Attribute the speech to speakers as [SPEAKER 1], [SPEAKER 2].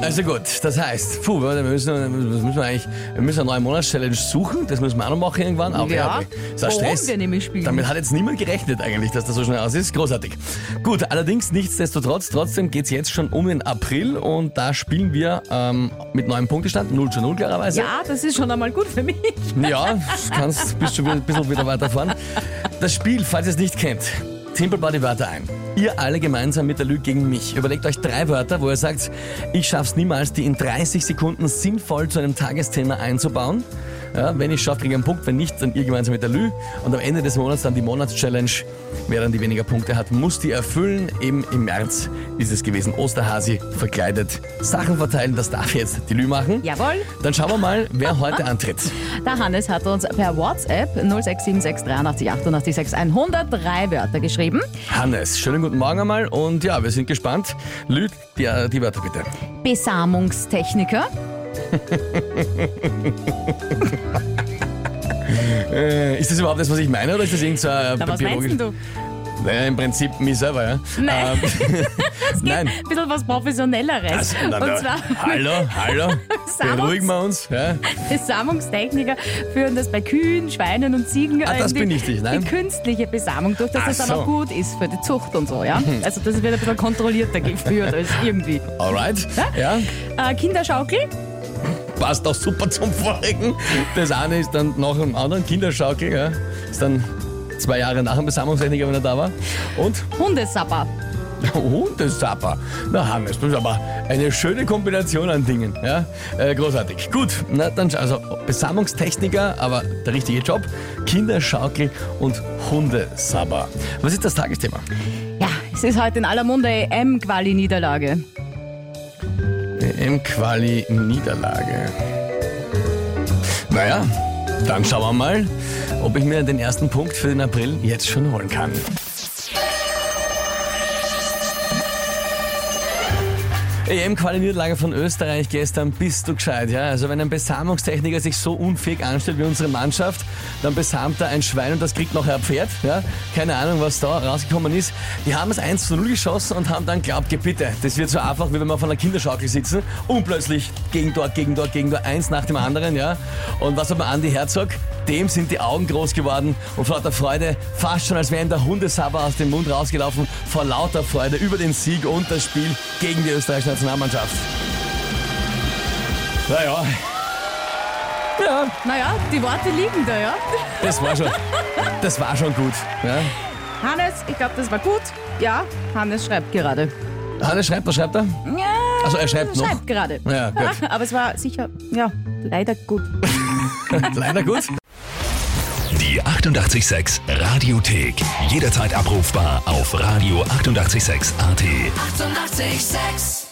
[SPEAKER 1] Also gut, das heißt, puh, wir müssen, was müssen wir eigentlich, wir müssen eine neue Monatschallenge suchen, das müssen wir auch noch machen irgendwann. Aber
[SPEAKER 2] Ja,
[SPEAKER 1] ist ein
[SPEAKER 2] warum
[SPEAKER 1] Stress.
[SPEAKER 2] wir nämlich spielen.
[SPEAKER 1] Damit hat jetzt niemand gerechnet eigentlich, dass das so schnell aus ist. Großartig. Gut, allerdings nichtsdestotrotz, trotzdem geht's jetzt schon um den April und da spielen wir ähm, mit neuem Punktestand, 0 zu 0 klarerweise.
[SPEAKER 2] Ja, das ist schon einmal gut für mich.
[SPEAKER 1] Ja, das kannst, bist schon wieder, ein bisschen wieder weiterfahren. Das Spiel, falls ihr es nicht kennt, simpel baut die Wörter ein. Ihr alle gemeinsam mit der Lüge gegen mich. Überlegt euch drei Wörter, wo ihr sagt, ich schaff's niemals, die in 30 Sekunden sinnvoll zu einem Tagesthema einzubauen. Ja, wenn ich schaffe, kriege ich einen Punkt, wenn nicht, dann ihr gemeinsam mit der Lü. Und am Ende des Monats dann die Monatschallenge. Wer dann die weniger Punkte hat, muss die erfüllen. Eben im März ist es gewesen. Osterhasi verkleidet. Sachen verteilen, das darf jetzt die Lü machen.
[SPEAKER 2] Jawohl.
[SPEAKER 1] Dann schauen wir mal, wer heute antritt.
[SPEAKER 2] Der Hannes hat uns per WhatsApp 067638886100 drei Wörter geschrieben.
[SPEAKER 1] Hannes, schönen guten Morgen einmal und ja, wir sind gespannt. Lüg die, äh, die Wörter bitte.
[SPEAKER 2] Besamungstechniker,
[SPEAKER 1] Äh, ist das überhaupt das, was ich meine oder ist das irgend so ein
[SPEAKER 2] Na, was
[SPEAKER 1] biologisch-
[SPEAKER 2] meinst denn du?
[SPEAKER 1] Naja, im Prinzip mich selber, ja.
[SPEAKER 2] Nein.
[SPEAKER 1] Ähm, nein.
[SPEAKER 2] ein bisschen was Professionelleres.
[SPEAKER 1] Also, na, na,
[SPEAKER 2] Und zwar
[SPEAKER 1] hallo, hallo,
[SPEAKER 2] Samus.
[SPEAKER 1] beruhigen wir uns. Ja.
[SPEAKER 2] Besamungstechniker führen das bei Kühen, Schweinen und Ziegen
[SPEAKER 1] Ah, das
[SPEAKER 2] in die,
[SPEAKER 1] bin ich nicht, nein.
[SPEAKER 2] die künstliche Besamung durch, dass
[SPEAKER 1] Ach
[SPEAKER 2] das dann
[SPEAKER 1] so. Mhm.
[SPEAKER 2] auch gut ist für die Zucht und so, ja. Also das wird ein bisschen kontrollierter geführt als irgendwie.
[SPEAKER 1] Alright, ja,
[SPEAKER 2] Äh, Kinderschaukel,
[SPEAKER 1] passt auch super zum vorigen. Das eine ist dann nach dem anderen Kinderschaukel, ja. Ist dann zwei Jahre nach dem Besammlungstechniker, wenn er da war. Und
[SPEAKER 2] Hundesapper,
[SPEAKER 1] Oh, Hundesapper. Na, Hannes, das ist aber eine schöne Kombination an Dingen. Ja? Äh, großartig. Gut, na, dann sch- also Besammungstechniker, aber der richtige Job. Kinderschaukel und Hundesapper. Was ist das Tagesthema?
[SPEAKER 2] Ja, es ist heute in aller Munde EM-Quali-Niederlage.
[SPEAKER 1] EM-Quali-Niederlage. Naja, dann schauen wir mal, ob ich mir den ersten Punkt für den April jetzt schon holen kann. EM-Quali-Niederlage von Österreich gestern, bist du gescheit, ja? Also wenn ein Besamungstechniker sich so unfähig anstellt wie unsere Mannschaft, dann besamt er ein Schwein und das kriegt noch ein Pferd, ja? Keine Ahnung, was da rausgekommen ist. Die haben es 1 zu 0 geschossen und haben dann glaubt, "Geh bitte, das wird so einfach, wie wenn wir auf einer Kinderschaukel sitzen und plötzlich gegen dort, gegen dort, gegen dort, eins nach dem anderen, ja? Und was hat man Andi Herzog? Dem sind die Augen groß geworden und vor lauter Freude, fast schon als wäre ihm der Hundesabber aus dem Mund rausgelaufen, vor lauter Freude über den Sieg und das Spiel gegen die österreichische Nationalmannschaft. Naja. Ja,
[SPEAKER 2] Naja, die Worte liegen da, ja.
[SPEAKER 1] das war schon, das war schon gut. Ja.
[SPEAKER 2] Hannes, ich glaube, das war gut. Ja, Hannes schreibt gerade.
[SPEAKER 1] Hannes schreibt, was schreibt er?
[SPEAKER 2] Ja,
[SPEAKER 1] Also er schreibt noch.
[SPEAKER 2] schreibt gerade.
[SPEAKER 1] Ja, gut.
[SPEAKER 2] Aber es war sicher, ja, leider gut.
[SPEAKER 1] Leider gut.
[SPEAKER 3] Die 886 Radiothek. Jederzeit abrufbar auf radio886.at. 886! 886.
[SPEAKER 4] 886